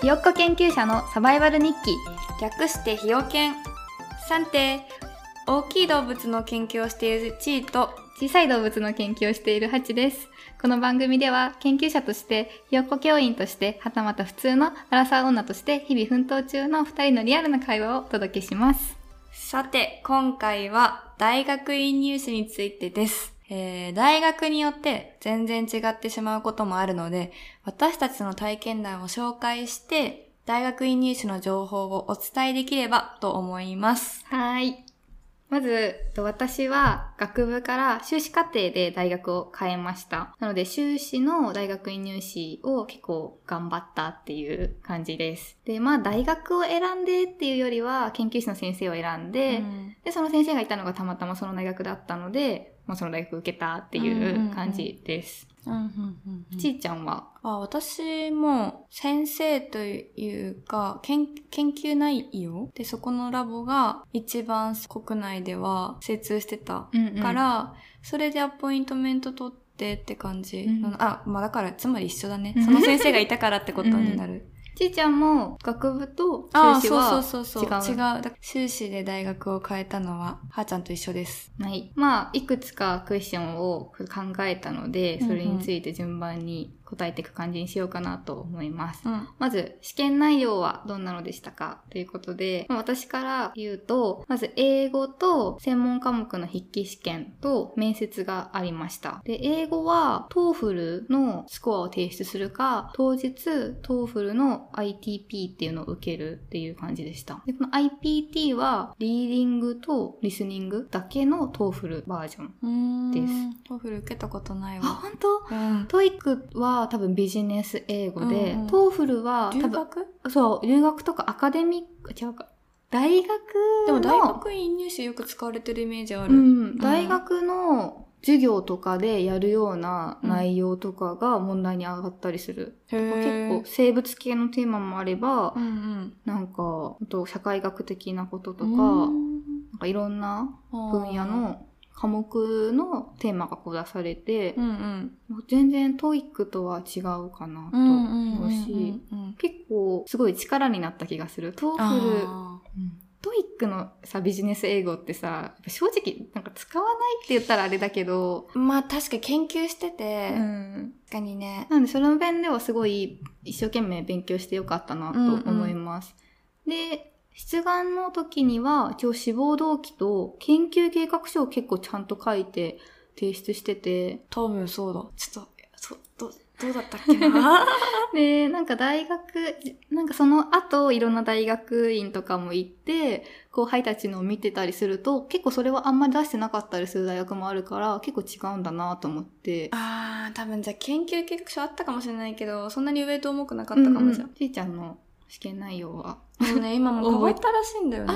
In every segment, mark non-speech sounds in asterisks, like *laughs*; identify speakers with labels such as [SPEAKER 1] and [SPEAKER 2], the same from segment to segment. [SPEAKER 1] ひよっこ研究者のサバイバル日記
[SPEAKER 2] 略してひよけんさて大きい動物の研究をしているチーと
[SPEAKER 1] 小さい動物の研究をしているハチですこの番組では研究者としてひよっこ教員としてはたまた普通のアラサー女として日々奮闘中のお二人のリアルな会話をお届けします
[SPEAKER 2] さて今回は大学院入試についてです、えー大学によって全然違ってしまうこともあるので私たちの体験談を紹介して大学院入試の情報をお伝えできればと思います
[SPEAKER 1] はいまずえっと私は学部から修士課程で大学を変えましたなので修士の大学院入試を結構頑張ったっていう感じですでまあ大学を選んでっていうよりは研究室の先生を選んで、
[SPEAKER 2] うん
[SPEAKER 1] で、その先生がいたのがたまたまその大学だったので、まあ、その大学受けたっていう感じです。ちーちゃんは
[SPEAKER 2] あ私も先生というか研研究内容でそこのラボが一番国内では精通してたか、
[SPEAKER 1] から
[SPEAKER 2] それでアポイントメント取ってって感じ、
[SPEAKER 1] うん
[SPEAKER 2] あまあだからつまり一緒だね
[SPEAKER 1] うん
[SPEAKER 2] その先生がいたからってことに *laughs* なる、
[SPEAKER 1] ちーちゃんも学部と
[SPEAKER 2] あ
[SPEAKER 1] 修士は
[SPEAKER 2] そう
[SPEAKER 1] 違う
[SPEAKER 2] 違うだ修士で大学を変えたのははーちゃんと一緒です
[SPEAKER 1] ない。まあ、いくつかクエスチョンを考えたので、それについて順番に答えていく感じにしようかなと思います。
[SPEAKER 2] うん
[SPEAKER 1] まず、試験内容はどんなのでしたかということで、まあ私から言うと、まず英語と専門科目の筆記試験と面接がありました。で、英語は TOEFL のスコアを提出するか、当日 TOEFL の ITP っていうのを受けるっていう感じでした。で、この IPT はリーディングとリスニングだけの TOEFL バージョン。
[SPEAKER 2] ですトフル受けたことない
[SPEAKER 1] あ、
[SPEAKER 2] わ
[SPEAKER 1] 本当
[SPEAKER 2] うん
[SPEAKER 1] トイックは多分ビジネス英語で、
[SPEAKER 2] うんうん
[SPEAKER 1] TOEFL は多
[SPEAKER 2] 留
[SPEAKER 1] 分
[SPEAKER 2] 学
[SPEAKER 1] そう、留学とかアカデミック、違うか。大学の、
[SPEAKER 2] でも大学院入試よく使われてるイメージある、
[SPEAKER 1] うん、大学の授業とかでやるような
[SPEAKER 2] うん
[SPEAKER 1] 内容とかが問題に上がったりする。
[SPEAKER 2] へー
[SPEAKER 1] 結構生物系のテーマもあれば、
[SPEAKER 2] うんうん
[SPEAKER 1] なんか、あと社会学的なこととか、
[SPEAKER 2] うん
[SPEAKER 1] なんかいろんな分野の科目のテーマがこう出されて
[SPEAKER 2] う、んうん
[SPEAKER 1] もう全然トイックとは違うかなと
[SPEAKER 2] うん
[SPEAKER 1] 思うし、
[SPEAKER 2] うん
[SPEAKER 1] 結構すごい力になった気がする。トーフル
[SPEAKER 2] あ
[SPEAKER 1] トイックのさビジネス英語ってさやっぱ正直なんか使わないって言ったらあれだけど、
[SPEAKER 2] ーまあ確かに研究してて、
[SPEAKER 1] ん、
[SPEAKER 2] 確かにね
[SPEAKER 1] なのでその面ではすごい一生懸命勉強してよかったなと思います。で出願の時には一応志望動機と研究計画書を結構ちゃんと書いて提出してて
[SPEAKER 2] 多分そうだちょっとそどどうだったっけな *laughs*
[SPEAKER 1] で、なんか大学、なんかその後、いろんな大学院とかも行って、後輩たちのを見てたりすると、結構それはあんまり出してなかったりする大学もあるから、結構違うんだなと思って。
[SPEAKER 2] あー多分じゃあ研究計画書あったかもしれないけどそんなにウェイト重くなかったかもしれ
[SPEAKER 1] う
[SPEAKER 2] な
[SPEAKER 1] う
[SPEAKER 2] ん
[SPEAKER 1] んちーちゃんの試験内容は。
[SPEAKER 2] い、でもね今も変わったらしいんだよね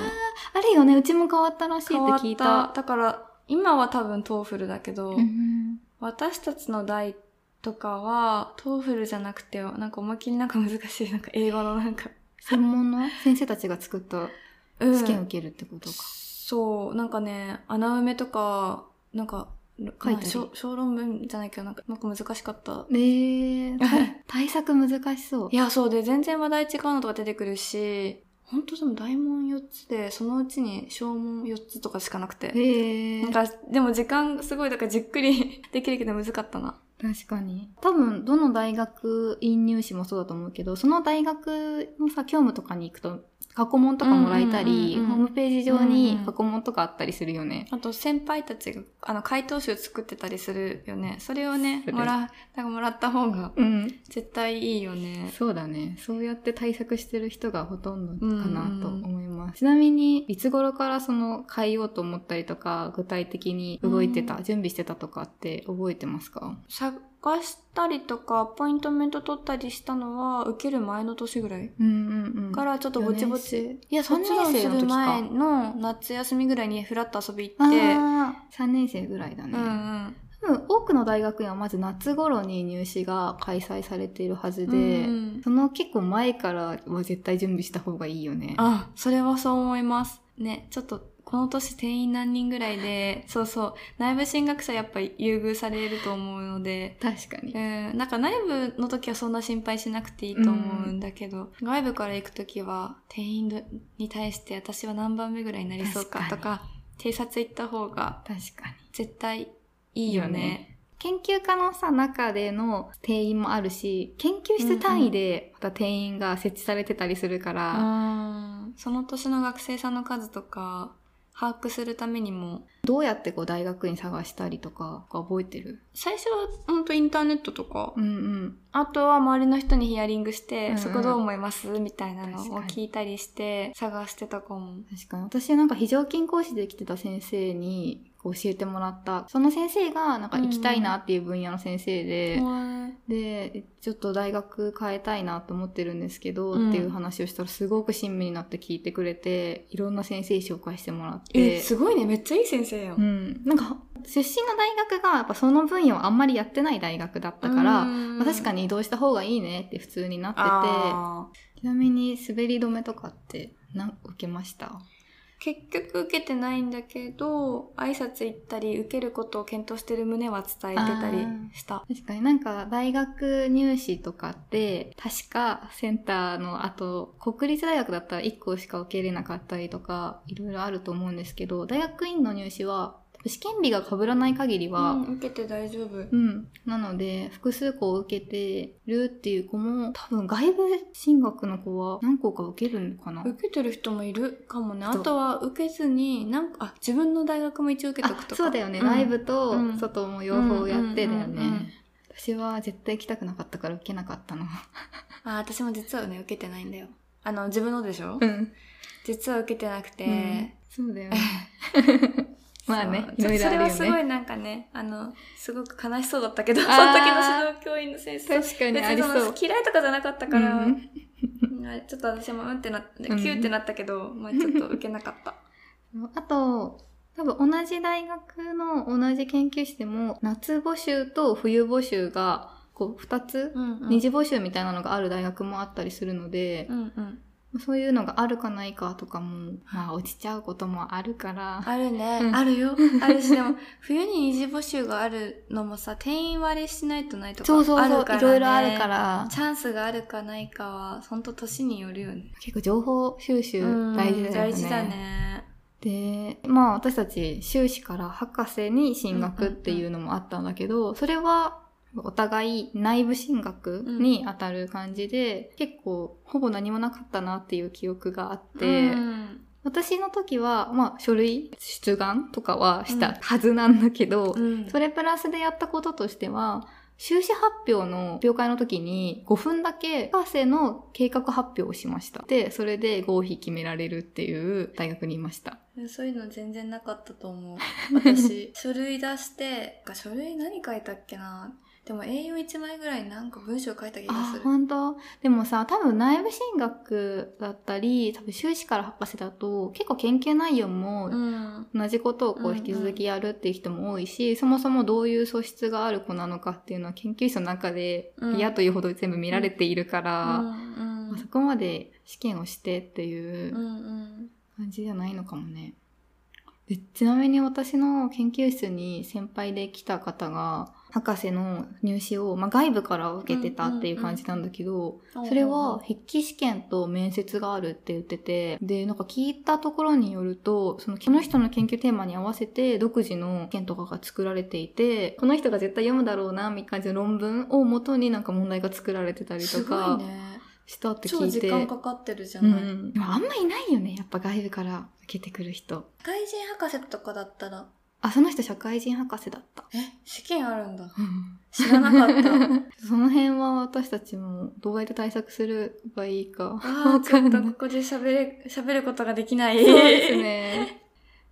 [SPEAKER 1] あれよね、うちも変わったらしいって
[SPEAKER 2] 変わっ
[SPEAKER 1] 聞い
[SPEAKER 2] た
[SPEAKER 1] た。
[SPEAKER 2] だから今は多分トーフルだけど、
[SPEAKER 1] うん
[SPEAKER 2] 私たちの代とかはトーフルじゃなくてなんか思いっきりなんか難しいなんか英語のなんか、
[SPEAKER 1] 専門の先生たちが作った試験を受けるってことか。
[SPEAKER 2] そうなんかね穴埋めとかなんか
[SPEAKER 1] 書いたり
[SPEAKER 2] 小小論文じゃないけどなんかなんか難しかった
[SPEAKER 1] ねえ
[SPEAKER 2] *laughs*
[SPEAKER 1] 対対策難しそう
[SPEAKER 2] い。やそうで全然話題違うのとか出てくるし本当でも大問4つでそのうちに小問4つとかしかなくて
[SPEAKER 1] へえ
[SPEAKER 2] なんかでも時間すごいだからじっくり *laughs* できるけど難かったな
[SPEAKER 1] 確かに多分どの大学院入試もそうだと思うけどその大学のさ教務とかに行くと過去問とかもらえたり、
[SPEAKER 2] うんうんうんうん
[SPEAKER 1] ホームページ上に過去問とかあったりするよね、
[SPEAKER 2] あと先輩たちがあの回答集作ってたりするよねそれをね
[SPEAKER 1] それ
[SPEAKER 2] もらなんかもらった方が
[SPEAKER 1] うん、
[SPEAKER 2] 絶対いいよね
[SPEAKER 1] そうだねそうやって対策してる人がほとんどかなと
[SPEAKER 2] うんうん
[SPEAKER 1] 思います、ちなみにいつ頃からその変えようと思ったりとか具体的に動いてた、
[SPEAKER 2] うん
[SPEAKER 1] 準備してたとかって覚えてますか
[SPEAKER 2] 探したりとかアポイントメント取ったりしたのは受ける前の年ぐらい
[SPEAKER 1] うんうんうん
[SPEAKER 2] からちょっとぼちぼちいや
[SPEAKER 1] 三
[SPEAKER 2] 卒
[SPEAKER 1] 年
[SPEAKER 2] 業
[SPEAKER 1] 生
[SPEAKER 2] す
[SPEAKER 1] の時か
[SPEAKER 2] る前の夏休みぐらいにフラッと遊び行って
[SPEAKER 1] で3年生ぐらいだね、
[SPEAKER 2] うんうん
[SPEAKER 1] 多分多くの大学院はまず夏頃に入試が開催されているはずで、
[SPEAKER 2] うん
[SPEAKER 1] その結構前からは絶対準備した方がいいよね。
[SPEAKER 2] あそれはそう思いますねちょっとこの年定員何人ぐらいで、そうそう、内部進学者やっぱ優遇されると思うので、
[SPEAKER 1] 確かに。
[SPEAKER 2] うん、なんか内部の時はそんな心配しなくていいと思うんだけど、外部から行く時は定員どに対して私は何番目ぐらいになりそうかと
[SPEAKER 1] 確か
[SPEAKER 2] か、偵察行った方が
[SPEAKER 1] 確かに。
[SPEAKER 2] 絶対いいよね。
[SPEAKER 1] 研究家のさ、中での定員もあるし、研究室単位でまた定員が設置されてたりするから、
[SPEAKER 2] うんその年の学生さんの数とか、把握するためにも、
[SPEAKER 1] どうやってこう大学院探したりとか、覚えてる
[SPEAKER 2] 最初は本当インターネットとか、
[SPEAKER 1] うんうん。
[SPEAKER 2] あとは周りの人にヒアリングして、
[SPEAKER 1] うんうん
[SPEAKER 2] そこどう思いますみたいなのを
[SPEAKER 1] 確かに
[SPEAKER 2] 聞いたりして探してたかも。
[SPEAKER 1] 確かに。私なんか非常勤講師で来てた先生にこう教えてもらった。その先生がなんか行きたいなっていう分野の先生で、で、ちょっと大学変えたいなと思ってるんですけど、
[SPEAKER 2] うん
[SPEAKER 1] っていう話をしたらすごく親身になって聞いてくれて、いろんな先生紹介してもらって。
[SPEAKER 2] え、すごいね。めっちゃいい先生や。
[SPEAKER 1] うんん、なんか出身の大学がやっぱその分野をあんまりやってない大学だったから、まあ確か
[SPEAKER 2] に
[SPEAKER 1] に移動した方がいいねって普通になって
[SPEAKER 2] あー
[SPEAKER 1] てちなみに滑り止めとかって何受けました
[SPEAKER 2] 結局受けてないんだけど、挨拶行ったり、受けることを検討してる旨は伝えてたりした。
[SPEAKER 1] 確かになんか大学入試とかって確かセンターのあと国立大学だったら1校しか受けれなかったりとかいろいろあると思うんですけど大学院の入試は試験日が被らない限りは、
[SPEAKER 2] うん受けて大丈夫。
[SPEAKER 1] うん。なので、複数校を受けてるっていう子も、多分外部進学の子は何校か受けるのかな
[SPEAKER 2] 受けてる人もいるかもね。あ
[SPEAKER 1] そう
[SPEAKER 2] とは受けずに、なんか、あ、自分の大学も一応受けとく
[SPEAKER 1] あ
[SPEAKER 2] とか。
[SPEAKER 1] そうだよね。
[SPEAKER 2] ん
[SPEAKER 1] 内部と
[SPEAKER 2] うん
[SPEAKER 1] 外も両方やってだよ
[SPEAKER 2] うんうんうんうん
[SPEAKER 1] ね。私は絶対行きたくなかったから受けなかったな。
[SPEAKER 2] あ、私も実はね、受けてないんだよ。あの、自分のでしょ
[SPEAKER 1] うん。
[SPEAKER 2] 実は受けてなくて、 *laughs*
[SPEAKER 1] そうだよね。まあね
[SPEAKER 2] そう、
[SPEAKER 1] いろいろあるよね。
[SPEAKER 2] それはすごいなんかね、あの、すごく悲しそうだったけど、
[SPEAKER 1] あ
[SPEAKER 2] そ
[SPEAKER 1] ー
[SPEAKER 2] の時の指導教員の先
[SPEAKER 1] 確
[SPEAKER 2] 生。
[SPEAKER 1] か
[SPEAKER 2] 別
[SPEAKER 1] にあり
[SPEAKER 2] に
[SPEAKER 1] そ。
[SPEAKER 2] そうの嫌いとかじゃなかったから、
[SPEAKER 1] うんうん
[SPEAKER 2] うんちょっと私もうんってなって、キ
[SPEAKER 1] うん
[SPEAKER 2] ューってなったけど、まあちょっと受けなかった。
[SPEAKER 1] あと、多分同じ大学の同じ研究室でも、夏募集と冬募集が、こう、二つ
[SPEAKER 2] *laughs* うん、うん。
[SPEAKER 1] 二次募集みたいなのがある大学もあったりするので
[SPEAKER 2] う、んうん。
[SPEAKER 1] そういうのがあるかないかとかも、まあ落ちちゃうこともあるから、
[SPEAKER 2] あるね、
[SPEAKER 1] うん
[SPEAKER 2] あるよ。あるし、でも、冬に二次募集があるのもさ、定員割れしないとないとか
[SPEAKER 1] そうそう
[SPEAKER 2] あ
[SPEAKER 1] そ
[SPEAKER 2] る
[SPEAKER 1] う、
[SPEAKER 2] から、ね。
[SPEAKER 1] いろいろあるから、
[SPEAKER 2] チャンスがあるかないかは、ほんと年によるよね。
[SPEAKER 1] 結構情報収集
[SPEAKER 2] うん
[SPEAKER 1] 大事だよね。
[SPEAKER 2] 大事だね。
[SPEAKER 1] で、まあ私たち修士から博士に進学っていうのもあったんだけど、それはお互い内部進学に当たる感じで、結構ほぼ何もなかったなっていう記憶があって、
[SPEAKER 2] うん
[SPEAKER 1] 私の時は、まあ書類、出願とかはしたはずなんだけど、
[SPEAKER 2] うん
[SPEAKER 1] それプラスでやったこととしては、修士発表の発表会の時に5分だけ博士の計画発表をしました。で、それで合否決められるっていう大学にいました。
[SPEAKER 2] そういうの全然なかったと思う。
[SPEAKER 1] *laughs*
[SPEAKER 2] 私、書類出して、か書類何書いたっけなでも A41 枚ぐらいなんか文章書いた気が
[SPEAKER 1] あ
[SPEAKER 2] する。
[SPEAKER 1] 本当でもさ多分内部進学だったり多分修士から博士だと結構研究内容も
[SPEAKER 2] うん。
[SPEAKER 1] 同じことをこ
[SPEAKER 2] うんう
[SPEAKER 1] うん引き続きやるっていう人も多いし、そもそもどういう素質がある子なのかっていうのは研究室の中で
[SPEAKER 2] うん
[SPEAKER 1] 嫌というほど全部見られているから、
[SPEAKER 2] うんう
[SPEAKER 1] まあそ
[SPEAKER 2] ん。
[SPEAKER 1] こまで試験をしてっていううん
[SPEAKER 2] うん。
[SPEAKER 1] 感じじゃないのかもね。でちなみに私の研究室に先輩で来た方が博士の入試を、まあ、外部から受けてたっていう感じなんだけど、それは筆記試験と面接があるって言ってて、で、なんか聞いたところによると、そのこの人の研究テーマに合わせて独自の試験とかが作られていて、この人が絶対読むだろうな、みたいな感じの論文を元になんか問題が作られてたりと
[SPEAKER 2] すごい
[SPEAKER 1] か
[SPEAKER 2] ね。
[SPEAKER 1] したって
[SPEAKER 2] 超
[SPEAKER 1] 聞い
[SPEAKER 2] 時
[SPEAKER 1] て。
[SPEAKER 2] 間かかってるじゃ
[SPEAKER 1] う
[SPEAKER 2] ない。
[SPEAKER 1] ん、でもあんまいないよね、やっぱ外部から受けてくる人。
[SPEAKER 2] 外人博士とかだったら、
[SPEAKER 1] あ、その人社会人博士だった。
[SPEAKER 2] え、試験あ
[SPEAKER 1] *laughs*
[SPEAKER 2] るんだ。
[SPEAKER 1] うん
[SPEAKER 2] 知らなかった。
[SPEAKER 1] その辺は私たちもどうやって対策すればいいか。
[SPEAKER 2] ああ、
[SPEAKER 1] わ
[SPEAKER 2] ち
[SPEAKER 1] か
[SPEAKER 2] ょ
[SPEAKER 1] ん
[SPEAKER 2] っ
[SPEAKER 1] な
[SPEAKER 2] と
[SPEAKER 1] い
[SPEAKER 2] ここで喋れ、喋ることができない。
[SPEAKER 1] そうです *laughs* ね。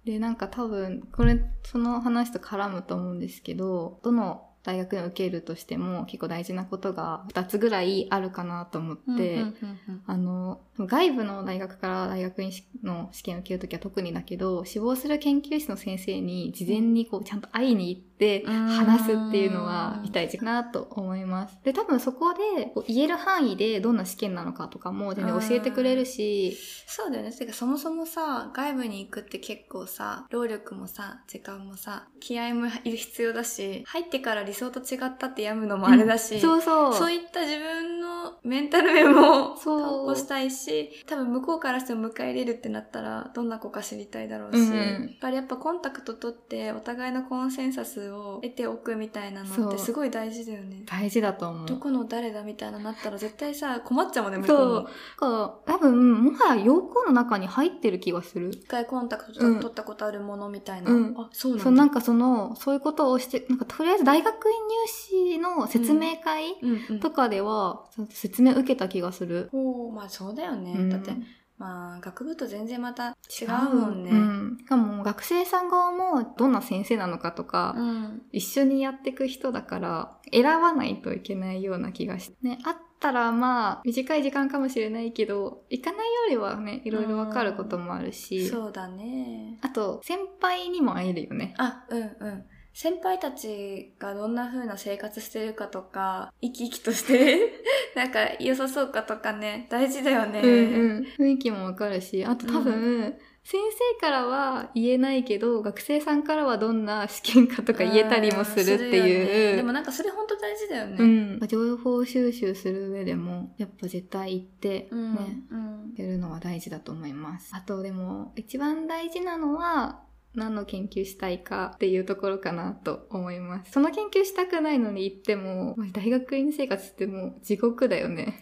[SPEAKER 1] で、なんか多分、これ、その話と絡むと思うんですけど、どの大学に受けるとしても結構大事なことが2つぐらいあるかなと思って、
[SPEAKER 2] うんうんうん
[SPEAKER 1] あの、外部の大学から大学院の試験を受けるときは特にだけど、志望する研究室の先生に事前にこうちゃんと会いに行って
[SPEAKER 2] うん
[SPEAKER 1] 話すっていうのは大事かなと思います。で、多分そこでこう言える範囲でどんな試験なのかとかも全然教えてくれるし、
[SPEAKER 2] そうだよね。てかそもそもさ、外部に行くって結構さ、労力もさ、時間もさ、気合もいる必要だし、入ってから理想と違ったって病むのもあれだし、
[SPEAKER 1] そうそう。
[SPEAKER 2] そういった自分のメンタル面も
[SPEAKER 1] *laughs* そう
[SPEAKER 2] 担保したいし、多分向こうからしても迎え入れるってなったら、どんな子か知りたいだろうし、
[SPEAKER 1] うんうん
[SPEAKER 2] やっぱりやっぱコンタクト取って、お互いのコンセンサスを得ておくみたいなのっ
[SPEAKER 1] そ
[SPEAKER 2] て
[SPEAKER 1] う
[SPEAKER 2] すごい大事だよね。
[SPEAKER 1] 大事だと思う。
[SPEAKER 2] どこの誰だみたいななったら絶対さ、困っちゃうもんね、向こう
[SPEAKER 1] そ
[SPEAKER 2] も
[SPEAKER 1] う。なんか多分、もはや要項の中に入ってる気がする。
[SPEAKER 2] 一回コンタクト
[SPEAKER 1] うん
[SPEAKER 2] 取ったことあるものみたいな、
[SPEAKER 1] うん
[SPEAKER 2] あそうな
[SPEAKER 1] そうんなん
[SPEAKER 2] だ
[SPEAKER 1] かその、そういうことをして、なんかとりあえず大学院入試の説明会、
[SPEAKER 2] うんうん
[SPEAKER 1] とかではちょっと説明受けた気がする。
[SPEAKER 2] ほうまあそうだよね、
[SPEAKER 1] うん
[SPEAKER 2] だってまあ学部と全然また違うもんね
[SPEAKER 1] うんしかも学生さん側もどんな先生なのかとか、
[SPEAKER 2] うん
[SPEAKER 1] 一緒にやっていく人だから選ばないといけないような気がして。ね、あったらまあ短い時間かもしれないけど、行かないよりはね、いろいろわかることもあるし、
[SPEAKER 2] そうだね
[SPEAKER 1] あと先輩にも会えるよね。
[SPEAKER 2] あうんうん先輩たちがどんな風な生活してるかとか生き生きとして *laughs* なんか良さそうかとかね大事だよね、
[SPEAKER 1] うんうん、雰囲気もわかるしあと多分、先生からは言えないけど学生さんからはどんな試験かとか言えたりもするって
[SPEAKER 2] うんするよ
[SPEAKER 1] い
[SPEAKER 2] ねで
[SPEAKER 1] う、
[SPEAKER 2] もなんかそれ本当大事だよね、
[SPEAKER 1] うん、情報収集する上でもやっぱ絶対行って、
[SPEAKER 2] うん
[SPEAKER 1] ね
[SPEAKER 2] うん
[SPEAKER 1] やるのは大事だと思いますあとでも一番大事なのは何の研究したいかっていうところかなと思いますその研究したくないのに行っても大学院生活ってもう地獄だよね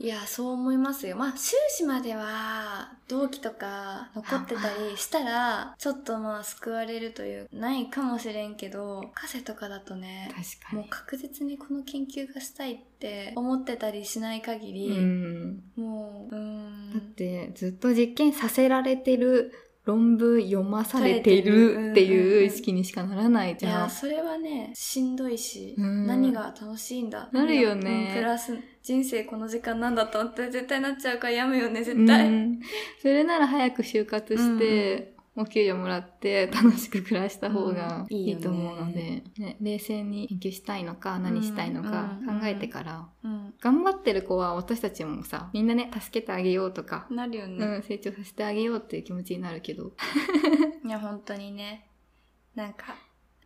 [SPEAKER 2] いや、そう思いますよ。まあ、修士までは、同期とか残ってたりしたら、ちょっとまあ、救われるという、ないかもしれんけど、カセとかだとね
[SPEAKER 1] 確、か
[SPEAKER 2] もう確実にこの研究がしたいって思ってたりしない限
[SPEAKER 1] に、
[SPEAKER 2] り、
[SPEAKER 1] うん、
[SPEAKER 2] もう、うーん。
[SPEAKER 1] だってずっと実験させられてる論文読まされてるっていう意識にしかならない
[SPEAKER 2] い
[SPEAKER 1] じゃ
[SPEAKER 2] や、
[SPEAKER 1] ん。
[SPEAKER 2] それはね、しんどいし、
[SPEAKER 1] うん
[SPEAKER 2] 何が楽しいんだ。
[SPEAKER 1] なるよね
[SPEAKER 2] 何がうんプラス、人生この時間なんだと思って絶対なっちゃうからやむよね、絶対。
[SPEAKER 1] うんそれなら早く就活して、お給料もらって楽しく暮らした方が
[SPEAKER 2] うんいい
[SPEAKER 1] い
[SPEAKER 2] よ
[SPEAKER 1] い
[SPEAKER 2] ね
[SPEAKER 1] と思うので、ね冷静に研究したいのか何したいのか
[SPEAKER 2] うんうん
[SPEAKER 1] 考えてから、
[SPEAKER 2] うん。
[SPEAKER 1] 頑張ってる子は私たちもさみんなね助けてあげようとか、
[SPEAKER 2] なるよね。
[SPEAKER 1] うん、成長させてあげようっていう気持ちになるけど
[SPEAKER 2] いや、本当にね。なんか、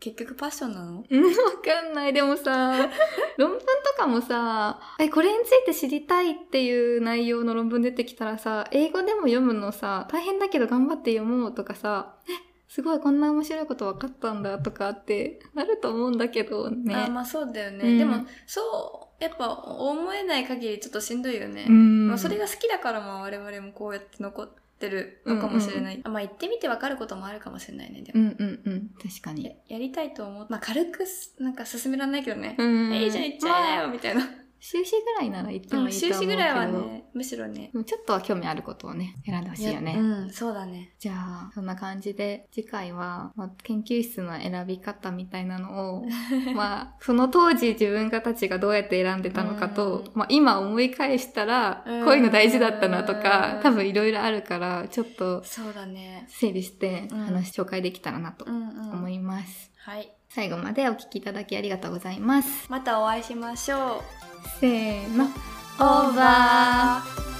[SPEAKER 2] 結局パッションなの
[SPEAKER 1] うんわかんないでも
[SPEAKER 2] *laughs*
[SPEAKER 1] さ論文とかもさえこれについて知りたいっていう内容の論文出てきたらさ英語でも読むのさ大変だけど頑張って読もうとかさえすごいこんな面白いこと分かったんだとかってなると思うんだけどね。
[SPEAKER 2] あまあそうだよね。
[SPEAKER 1] うん
[SPEAKER 2] でも、そう、やっぱ思えない限りちょっとしんどいよね。
[SPEAKER 1] うん
[SPEAKER 2] まあそれが好きだからまあ我々もこうやって残ってるのかもしれない。あまあ行ってみてわかることもあるかもしれないね。で
[SPEAKER 1] う
[SPEAKER 2] も
[SPEAKER 1] んうんうん確か
[SPEAKER 2] や
[SPEAKER 1] に。
[SPEAKER 2] やりたいと思う。まあ軽くす、なんか進めらんないけどね。
[SPEAKER 1] うん
[SPEAKER 2] えいいじゃん行っちゃえよ、みたいな。
[SPEAKER 1] まあ修士ぐらいなら行ってもいいと思うけ
[SPEAKER 2] 修
[SPEAKER 1] ど。
[SPEAKER 2] 士ぐらいはね、むしろね。
[SPEAKER 1] でもちょっとは興味あることをね選んでほしいよね。
[SPEAKER 2] やうん、そうだね。
[SPEAKER 1] じゃあそんな感じで次回は、まあ、研究室の選び方みたいなのを *laughs* まあその当時自分がたちがどうやって選んでたのかと
[SPEAKER 2] うん、
[SPEAKER 1] まあ、今思い返したら
[SPEAKER 2] うん
[SPEAKER 1] こういうの大事だったなとか
[SPEAKER 2] うん
[SPEAKER 1] 多分いろいろあるからちょっと
[SPEAKER 2] そうだね。
[SPEAKER 1] 整理して
[SPEAKER 2] うん
[SPEAKER 1] 話紹介できたらなと
[SPEAKER 2] うんうん。
[SPEAKER 1] 思います。
[SPEAKER 2] はい。
[SPEAKER 1] 最後までお聞きいただきありがとうございます。
[SPEAKER 2] またお会いしましょう。
[SPEAKER 1] せーの、
[SPEAKER 2] オーバー